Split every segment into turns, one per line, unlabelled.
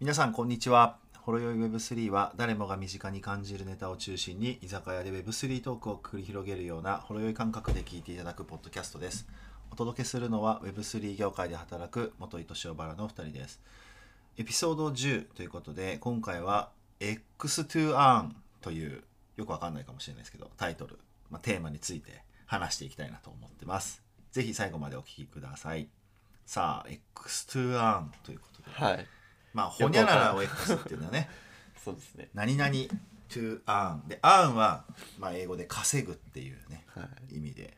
皆さんこんにちはほろよい Web3 は誰もが身近に感じるネタを中心に居酒屋で Web3 トークを繰り広げるようなほろよい感覚で聞いていただくポッドキャストですお届けするのは Web3 業界で働く元井敏夫原の2人ですエピソード10ということで今回は X2Earn というよくわかんないかもしれないですけどタイトル、まあ、テーマについて話していきたいなと思ってますぜひ最後までお聞きくださいさあ X2Earn ということで
はい。
まあ、ほにゃららを X っていうのは ね、
そうですね。
何々 to earn。で、earn は、まあ、英語で稼ぐっていうね、
はい。
意味で、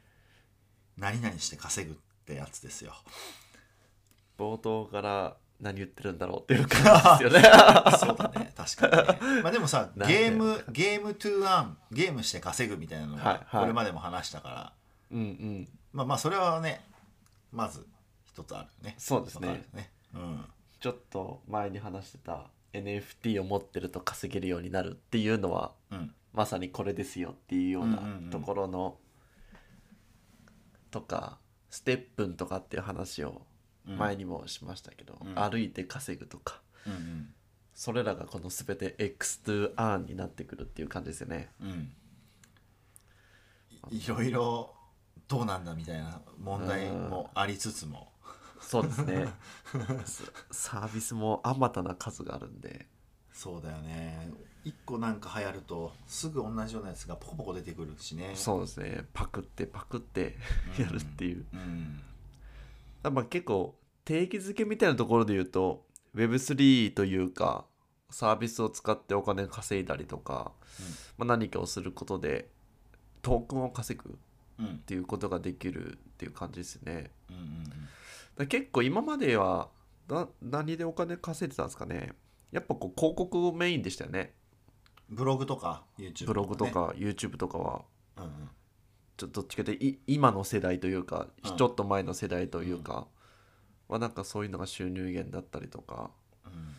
何々して稼ぐってやつ ですよ。
冒頭から何言ってるんだろうっていう感じですよね。
そうだね、確かに、ね。まあ、でもさ、
なん
ゲ
で
ーム、ゲーム to earn、ゲームして稼ぐみたいなの
はい
は、
はい
これまでも話したから、
うんうん。
まあまあ、それはね、まず一つあるよね。
そうですね
わかるよね。うん。
ちょっと前に話してた NFT を持ってると稼げるようになるっていうのは
うん。
まさにこれですよっていうよう
う
なん
うんうん
ところのとかステップンとかっていう話を
うん
前にもしましたけど、
うん
歩いて稼ぐとか
うんうん。
それらがこの全て X2 アーンになってくるっていう感じですよね。
うん、いいろいろどうなんだみたいな問題もありつつも、
そうですね すサービスもあまたな数があるんで
そうだよね一個なんか流行るとすぐ同じようなやつがポコポコ出てくるしね
そうですねパクってパクって
うん
やるっていう、
うん
まあ結構定義づけみたいなところで言うと Web3 というかサービスを使ってお金稼いだりとか、まあ、何かをすることでトークンを稼ぐ
う
っ
んうん
ていうことができるっていう感じですね
うんうん
だから結構今まではな何でお金稼いでたんですかねやっぱこう広告をメインでしたよね
ブログとか YouTube
ブログと
ね、
か YouTube とかは
うんうん
ちょっとどっちかというとい今の世代というか、
うん
ちょっと前の世代というか、まあ、なんかそういうのが収入源だったりとか
うん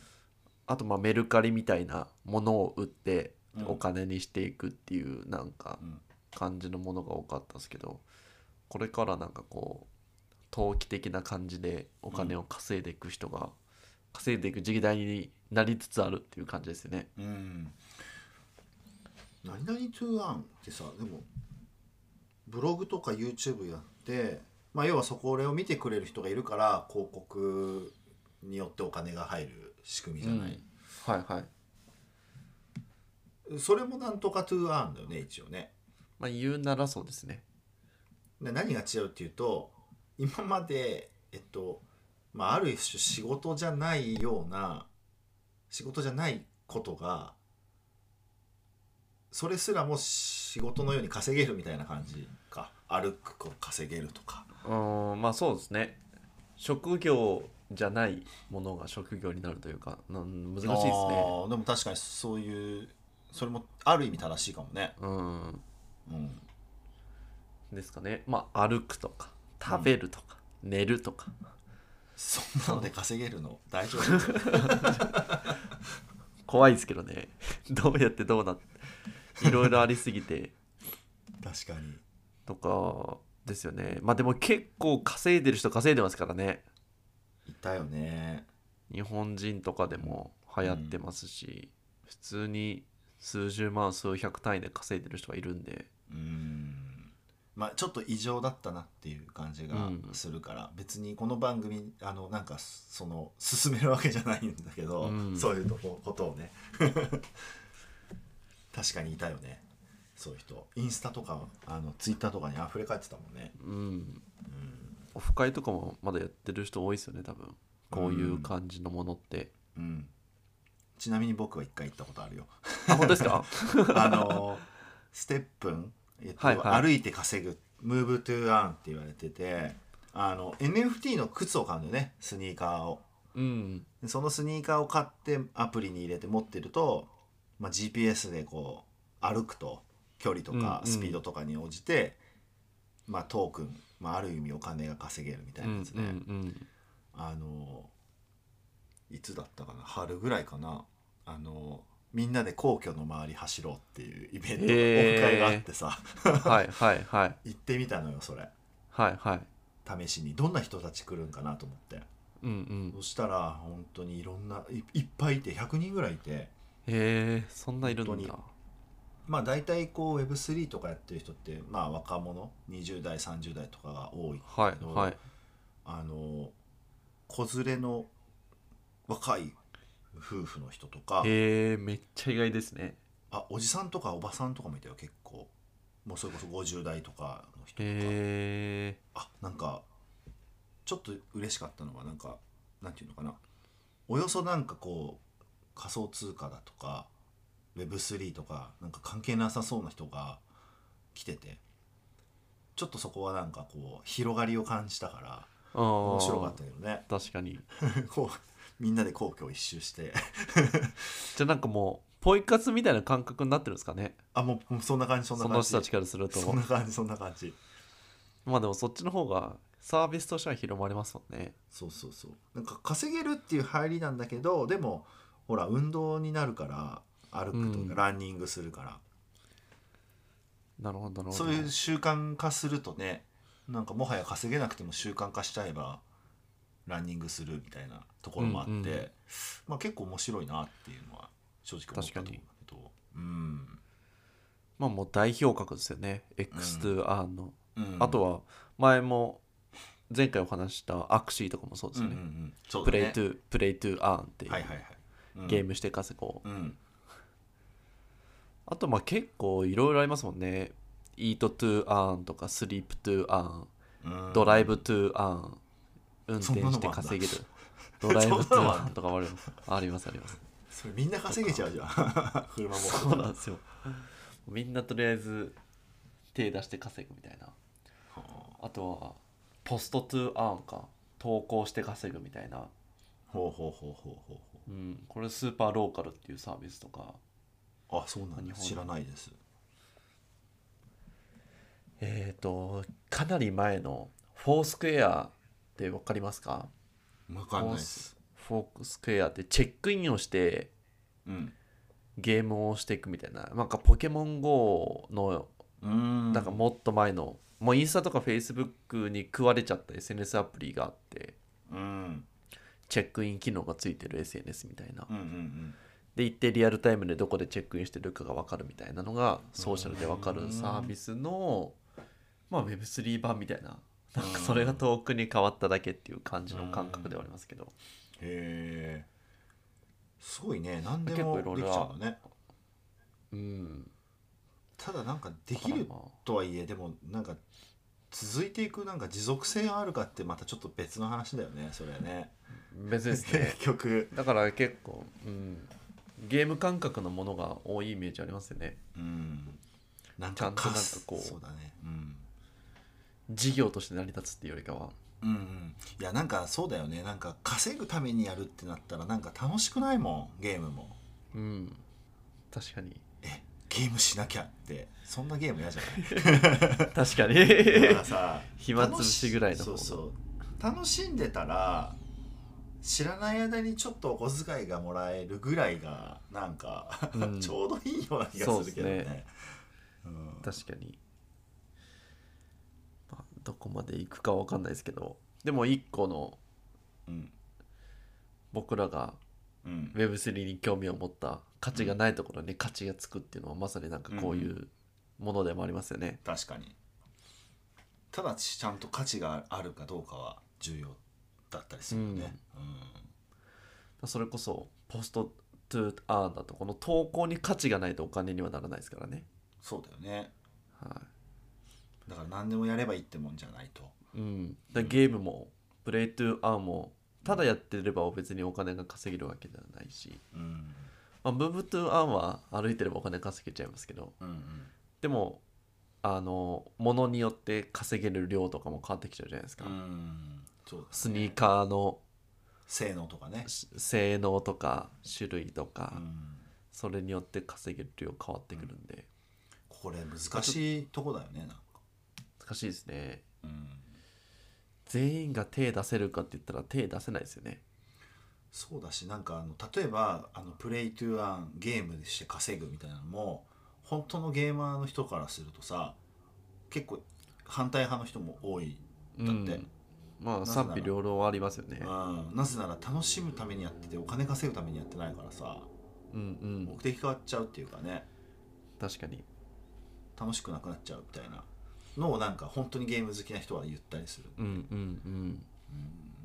あとまあメルカリみたいなものを売って
うん
お金にしていくっていうなんか
うん
感じのものが多かったですけどこれからなんかこう投機的な感じでお金を稼いでいく人が稼いでいく時代になりつつあるっていう感じですよね。
うん何々トゥーアンってさでもブログとか YouTube やって、まあ、要はそこを見てくれる人がいるから広告によってお金が入る仕組みじゃない、
はいはい
それもなんとかトゥーアンだよね一応ね
まあ、言うならそうですね。
で何が違うっていうと今までえっと、まあ、ある種仕事じゃないような仕事じゃないことがそれすらも仕事のように稼げるみたいな感じか歩くこう稼げるとか
うーんまあそうですね職業じゃないものが職業になるというかなん難しいです
あ
ね
ーでも確かにそういうそれもある意味正しいかもね
うん
うん
ですかねまあ歩くとか食べるとか、寝るとか
そんなので稼げるの大 丈夫
怖いですけどね どうやってどうなっていろいろありすぎて
確かに
とか ですよねまあでも結構稼いでる人稼いでますからね
いたよね
日本人とかでも流行ってますし、普通に数十万数百単位で稼いでる人がいるんで
うーんまあちょっと異常だったなっていう感じが
うん
するから、別にこの番組あのなんかその進めるわけじゃないんだけど、
うん
そういうとこことをね 確かにいたよねそういう人インスタとかあのツイッターとかに溢れ返ってたもんね
うんオフ会とかもまだやってる人多いですよね多分こういう感じのものって、
うんちなみに僕は一回行ったことあるよ
あ本当です か
あのステップン、えっと
はいはい
歩いて稼ぐムーブトゥーアンって言われててあの NFT の靴を買うんだよねスニーカーを
うん
でそのスニーカーを買ってアプリに入れて持ってると、まあ、GPS でこう歩くと距離とか
うんうん
スピードとかに応じて、まあ、トークン、まあ、ある意味お金が稼げるみた
う
いなんやつで、
うんうん
あのいつだったかな春ぐらいかなあのみんなで皇居の周り走ろうっていうイベントのオ
へー
フ会があってさ
はいはいはい
行ってみたのよそれ
はいは
試
い
しにどんな人たち来るんかなと思って
うんうん
そしたら本当にいろんないいっぱいいて100人ぐらいいて
へえそんないるん
本当
だ
まあ大体こう Web3 とかやってる人ってまあ若者20代30代とかが多い
はいはい
あの子連れの若い夫婦の人とか
へえめっちゃ意外ですね
あおじさんとかおばさんとかもいたよ結構もうそれこそ50代とかの人とか、
へえ
あなんかちょっと嬉しかったのはなんかなんていうのかなおよそなんかこう仮想通貨だとか Web3 とかなんか関係なさそうな人が来ててちょっとそこはなんかこう広がりを感じたから面
面
白かったけどね
確かに
こうみんなで皇居を一周して
じゃあなんかもうポイ活みたいな感覚になってるんですかね
あもうもうそんな感じそんな
そ
感
の
じ
人たちからすると
そんな感じそんな感じ
まあでもそっちの方がサービスとしては広まりますもんね
そうそうそうなんか稼げるっていう入りなんだけどでもほら運動になるから歩くとか、
うん
ランニングするから
なるほどなるほど
そういう習慣化するとねなんかもはや稼げなくても習慣化しちゃえばランニングするみたいなところもあって、
うんうん
まあ、結構面白いなっていうのは正直思ったと思うんだけどうん、
まあもう代表格ですよね X2R の、
うん、
あとは前も前回お話ししたアクシーとかもそう
う
です
ん
よ
うんう
ね、
んそう
プ
だね
レイトゥプレイトゥアーンっていう、
はいはいはい、うん
ゲームして稼ごう、
うん
あとまあ結構いろいろありますもんねイートトゥアーンとかスリープトゥアーン
うん
ドライブトゥアーン運
そん
転
なのもあん
し
だ
て 稼げるドライブトゥ
そんなの
ア
もあん
ーンとかもありますありますあります
それみんな稼げちゃうじゃん 車も
そうなんですよみんなとりあえず手出して稼ぐみたいな
はあ
あとはポストトゥアーンか投稿して稼ぐみたいな
ほうほうほうほうほうほ
うん、これスーパーローカルっていうサービスとか
うあそうなん
日
だ
本
知らないです
えっ、とかなり前のフォースクエアって分かりますか
わかんないです
フォースクエアってチェックインをして
うん
ゲームをしていくみたいななんかポケモン GO の
うん
なんかもっと前の、もうインスタとかフェイスブックに食われちゃった SNS アプリがあって
うん
チェックイン機能がついてる SNS みたいな
うんうんうん
で行ってリアルタイムでどこでチェックインしてるかが分かるみたいなのがソーシャルで分かるサービスの、まあ、Web3 版みたいななんかそれが遠くに変わっただけっていう感じの感覚ではありますけど、
へえすごいね何で
結
も
構
で
いろい
き
ろ
ちゃうんだね
うん、
ただなんかで
で
きるとはいえでもなんか続いていくなんか持続性があるかってまたちょっと別の話だよねそれね
別ですね
結 局
だから結構、うん、ゲーム感覚のものが多いイメージありますよね
うんなん
ち
か
ゃんとなんか
す
こう
そうだねうん
事業として成り立つっていうよりかは
うんうん、いやなんかそうだよねなんか稼ぐためにやるってなったらなんか楽しくないもんゲームも
うん確かに
えゲームしなきゃってそんなゲーム嫌じゃな
確かに
い だからさ
暇つぶしぐらいの
そ
方
う
が
そう楽しんでたら知らない間にちょっとお小遣いがもらえるぐらいがなんか、
う ん
ちょうどいいような気がするけど
そう
ね
っすね
うん、
確かに、まあ、どこまで行くかわかんないですけどでも一個の
うん
僕らが
うん
Web3 に興味を持った価値がないところに価値がつくっていうのはまさになんかこういうものでもありますよね、
確かにただちちゃんと価値があるかどうかは重要だったりするよね、
それこそポストトゥアーンだとこの投稿に価値がないとお金にはならないですからね
うん、そうだよね
は
だから何でもやればいいってもんじゃないと
い、うん、だからゲームもプレイトゥアーンもただやってれば別にお金が稼げるわけではないし、
うん
まあ、ムーブトゥアーンは歩いてればお金稼げちゃいますけど
うんうん
でもあの物によって稼げる量とかも変わってきちゃうじゃないですか、
うんそうだね
スニーカーの
性能とかね、
し性能とか種類とか、
うん、
それによって稼げる量変わってくるんで、
これ難しいとこだよねなんか、
難しいですね
うん、
全員が手出せるかって言ったら手出せないですよね
そうだしなんかあの例えばあのプレイトゥーアンゲームでして稼ぐみたいなのも本当のゲーマーの人からするとさ結構反対派の人も多いだって、
うんま
な
あ
ぜなら
賛否両論ありますよね。
うん、なぜなら楽しむためにやっててお金稼ぐためにやってないからさ
うんうん
目的変わっちゃうっていうかね
確かに。
楽しくなくなっちゃうみたいなのをなんか本当にゲーム好きな人は言ったりする、
うんうんうん。
うん、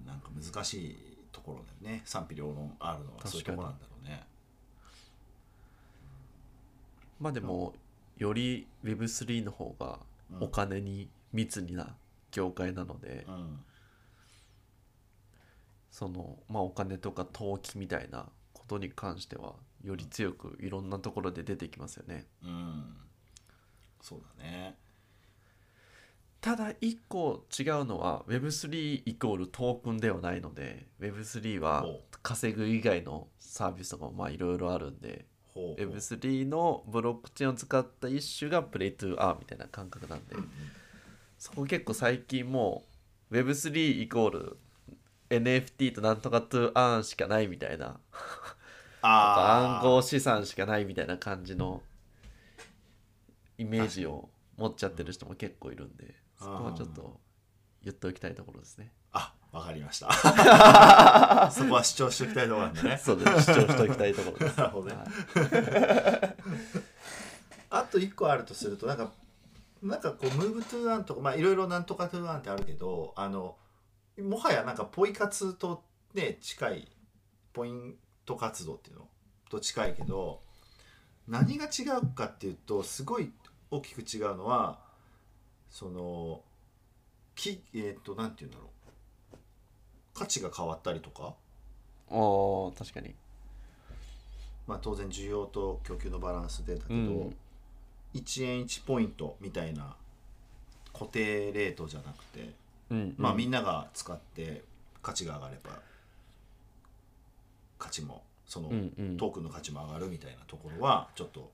なんか難しいところだよね賛否両論あるのはそういうところなんだろうね
まあでもより Web3 の方が
うん
お金に密にな業界なので、
うん
そのまあお金とか投機みたいなことに関してはより強くいろんなところで出てきますよね。
うんそうだね
ただ一個違うのは Web3 イコールトークンではないので Web3 は
おう
稼ぐ以外のサービスとかもまあいろいろあるんで
ほうほう
Web3 のブロックチェーンを使った一種がプレイトゥーアーみたいな感覚なんでそこ結構最近もう Web3 イコール NFT となんとかトゥーアーンしかないみたいな
あ
暗
ー
号資産しかないみたいな感じのイメージを持っちゃってる人も結構いるんで
あ
そ
ー
こはちょっと言っておきたいところですね。
あわかりました そこは主張しておきたいところなんでね
そうです主張しておきたいところです。
なるほどね
はい
あと一個あるとするとなんかなんかこうムーブトゥーアンとかまあいろいろなんとかトゥーアンってあるけどあのもはやなんかポイ活とね近いポイント活動っていうのと近いけど何が違うかっていうとすごい大きく違うのはそのきえっ、となんて言うんだろう価値が変わったりとか
おー確かに。
まあ当然需要と供給のバランスでだけど、
うん
1円1ポイントみたいな固定レートじゃなくて、
うん
まあみ
なん
なが使って価値が上がれば価値もその
うんうん
トークンの価値も上がるみたいなところはちょっと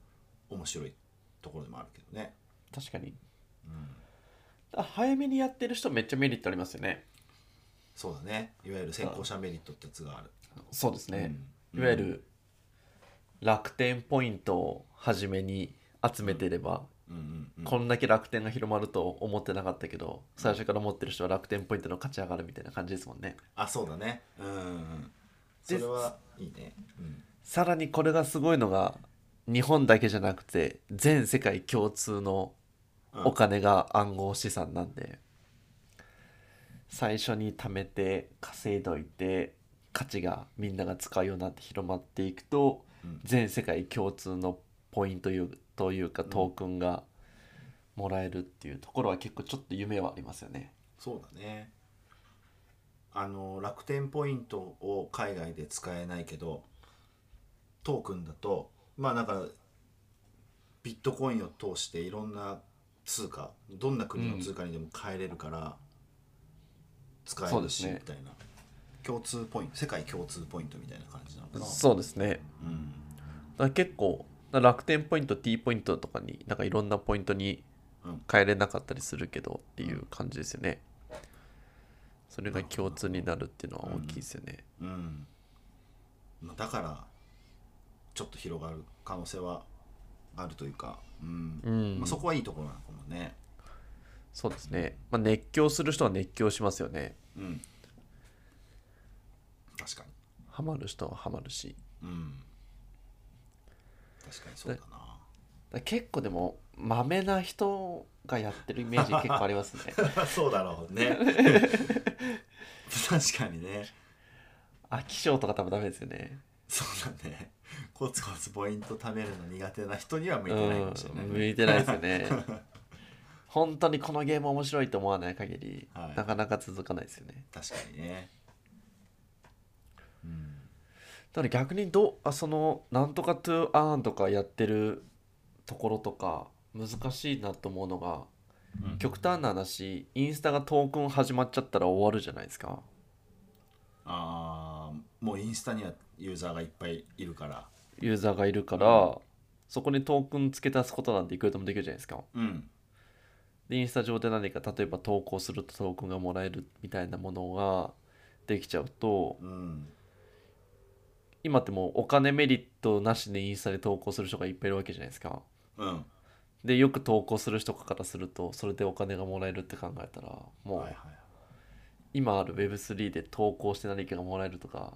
面白いところでもあるけどね。
確かに。
うん
あ早めにやってる人めっちゃメリットありますよね。
そうだねいわゆる先行者メリットってやつがある。
そうですね。
うん
いわゆる楽天ポイントを初めに集めてれば、
うんうんうん
こんだけ楽天が広まると思ってなかったけど最初から持ってる人は楽天ポイントの価値上がるみたいな感じですもんね
あそうだね。うんうんうん、そ
で
れはいいね。うん
さらにこれがすごいのが日本だけじゃなくて全世界共通の
うん
お金が暗号資産なんで、最初に貯めて稼いどいて価値がみんなが使うようになって広まっていくと、
うん
全世界共通のポイントというというかトークンがもらえるっていうところは結構ちょっと夢はありますよね。
そうだねあの楽天ポイントを海外で使えないけどトークンだとまあなんかビットコインを通していろんな通貨どんな国の通貨にでも変えれるから使え
そう
る
で
し、
すね
みたいな共通ポイント世界共通ポイントみたいな感じなのかな
そうですね。
うん
だから結構だから楽天ポイント T ポイントとかになんかいろんなポイントに
うん
変えれなかったりするけどっていう感じですよね。それが共通になるっていうのは大きいですよね。
うん、まあだからちょっと広がる可能性はあるというか、うん
うん
まあ、そこはいいところなのかもね、
そうですね。まあ、熱狂する人は熱狂しますよね。
うん、確か
ハマる人はハマるし。
に、うん、確かにそうだな
だから結構でもまめな人がやってるイメージ結構あります ね。
そうだろう ね確かにね
飽き性とか多分ダメですよね。
そうだねコツコツポイント貯めるの苦手な人には向いうてないかも
ん
しれない、ね
向いてないですよね。本当にこのゲーム面白いと思わない限り、
はい
なかなか続かないですよね。
確かにね、うん、
だから逆にどうあそのなんとかトゥーアーンとかやってるところとか難しいなと思うのが
うん
極端な話インスタがトークン始まっちゃったら終わるじゃないですか
あーもうインスタにはユーザーがいっぱいいるから
ユーザーがいるからそこにトークン付け足すことなんていくらでもできるじゃないですか
うん
でインスタ上で何か例えば投稿するとトークンがもらえるみたいなものができちゃうと
うん
今ってもうお金メリットなしでインスタで投稿する人がいっぱいいるわけじゃないですか
うん
でよく投稿する人からするとそれでお金がもらえるって考えたらもう、
はいはい
今ある Web3 で投稿して何かがもらえるとか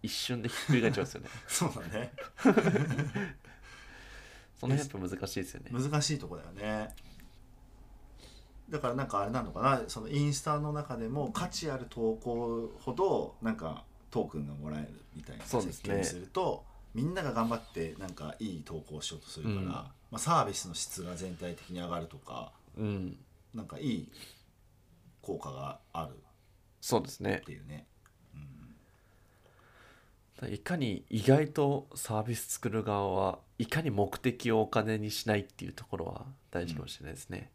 一瞬でひっくり返っちゃうんですよ ね
そうだね
その辺やっぱ難しいですよね
難しいとこだよねだからなんかあれなのかなそのインスタの中でも価値ある投稿ほどなんかトークンがもらえるみたいな
そうで
設
すね
計にするとみんなが頑張ってなんかいい投稿をしようとするから、
うん
まあ、サービスの質が全体的に上がるとか
うん
なんかいい効果がある
そうですね
っていうね
いかに意外とサービス作る側はいかに目的をお金にしないっていうところは大事かもしれないですね。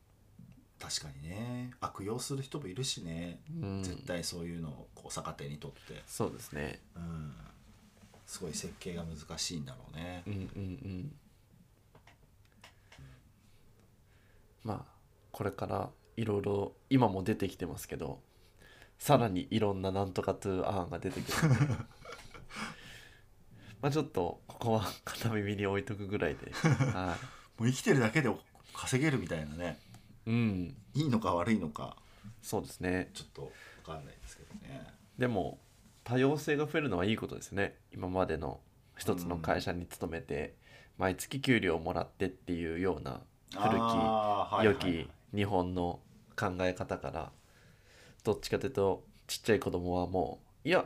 確かにね悪用する人もいるしね、
うん、
絶対そういうのをこう逆手にとって、
そうですね。
うん、すごい設計が難しいんだろうね
うんうんうん。まあこれからいろいろ今も出てきてますけどさらにいろんななんとかトゥー案が出てくるんでまあちょっとここは片耳に置いとくぐらいで、は
もう生きてるだけで稼げるみたいなね
い、うん
いいのか悪いのか
そうですね。
ちょっと分かんないですけどね
でも多様性が増えるのはいいことですね今までの一つの会社に勤めて、毎月給料をもらってっていうような古き
あーはい
良
はいはい
き日本の考え方からどっちかというとちっちゃい子供はもういや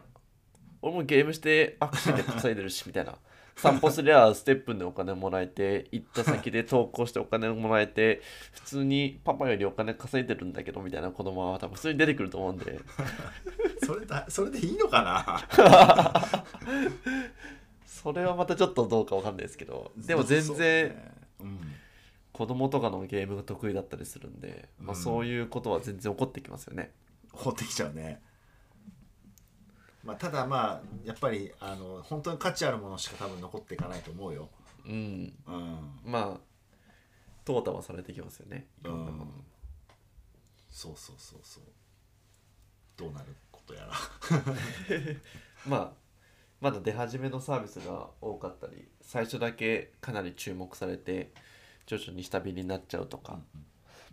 俺もゲームして握手で稼いでるしみた いな散歩すりゃステップンでお金もらえて行った先で投稿してお金をもらえて普通にパパよりお金稼いでるんだけどみたいな子供は多分普通に出てくると思うんで。
それだそれでいいのか
それはまたちょっとどうかわかんないですけど
な
でも全
そう
然
ねうん
子供とかのゲームが得意だったりするんで、まあ、
うん
そういうことは全然起こってきますよね。
放ってきちゃうねまあただまあやっぱりあの本当に価値あるものしか多分残っていかないと思うよ
うん、
うん
まあ淘汰はされてきますよね。いろんなも
う
の
んそうそうそうそうどうなることやら
まあまだ出始めのサービスが多かったり最初だけかなり注目されて徐々に下火になっちゃうとか、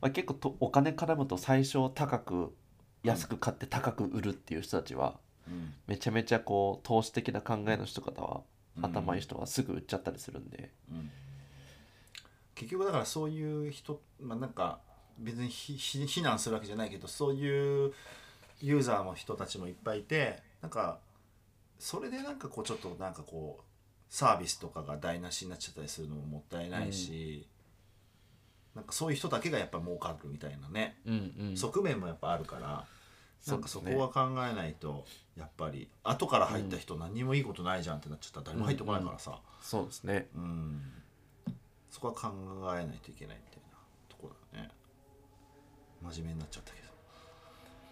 まあ、結構とお金絡むと最初高く安く買って高く売るっていう人たちは
うん
めちゃめちゃこう投資的な考えの人方は
うん
頭いい人はすぐ売っちゃったりするんで、
うん結局だからそういう人まあなんか別にひひ非難するわけじゃないけどそういうユーザーの人たちもいっぱいいてなんかそれでなんかこうちょっとなんかこうサービスとかが台無しになっちゃったりするのももったいないし、なんかそういう人だけがやっぱ儲かるみたいなね、
うんうん
側面もやっぱあるから
そ
な
うんで
か
す
そ
ね
こは考えないとやっぱり後から入った人何にもいいことないじゃんってなっちゃったら誰も入ってこないからさ、
そうですね
うん、そこは考えないといけないみたいなとこだよね真面目になっちゃったけど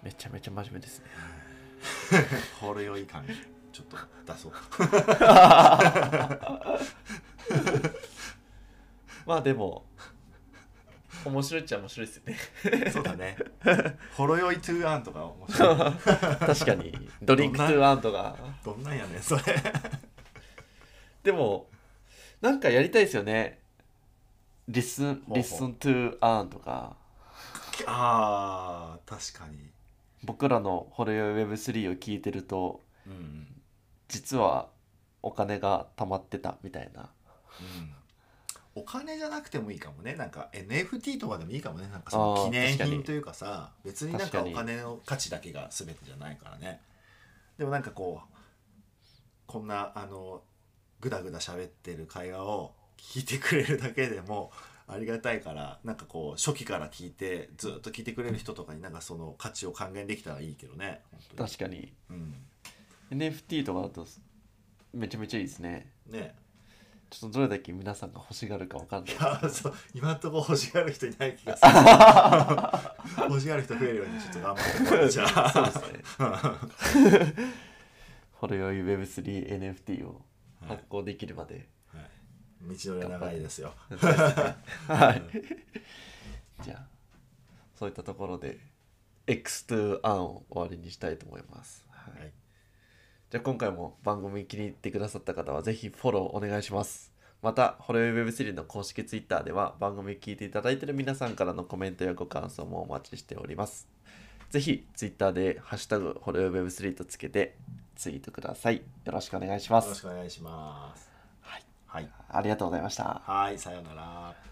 めちゃめちゃ真面目ですね
ほろ酔い感ちょっと 出そう
まあでも面白いっちゃ面白いですよね
そうだね ほろ酔いトゥーアンとか面 白い
確かにドリンクトゥーアンとか
どんなんやねんそれ
でもなんかやりたいですよねリスン
ほう
リスントゥーアンとか
あー確かに
僕らのホロヨイ Web3 を聞いてると
うんうん
実はお金が貯まってたみたいな
お金じゃなくてもいいかもねなんか NFT とかでもいいかもねなんかその記
あー
念
確かに
品というかさ別になん
確か
かお
に
金の価値だけが全てじゃないからねでもなんかこうこんなあのグダグダ喋ってる会話を聞いてくれるだけでもありがたいからなんかこう初期から聞いてずっと聞いてくれる人とかになんかその価値を還元できたらいいけどね本当に
確かに
うん、
NFT とかだとめちゃめちゃいいですね
ね
ちょっとどれだけ皆さんが欲しがるかわかんないい
やそう今んとこ欲しがる人いない気が する欲しがる人増えるようにちょっと頑張ってじゃあ
そうですね ほろ酔い Web3NFT を発行できるまで、
はい、道のりは長いですよ。
はい、じゃあそういったところで X2 案を終わりにしたいと思います、はい
はい
じゃあ今回も番組気に入ってくださった方はぜひフォローお願いしますまたホロウェブ3の公式 Twitter では番組聞いていただいている皆さんからのコメントやご感想もお待ちしておりますぜひ Twitter で「ハッシュタグほろよい Web3」とつけてツイートくださいよろしくお願いしま
よろし
す
くお願いします。
はい
はい。
ありがとうございました
はい、さようなら。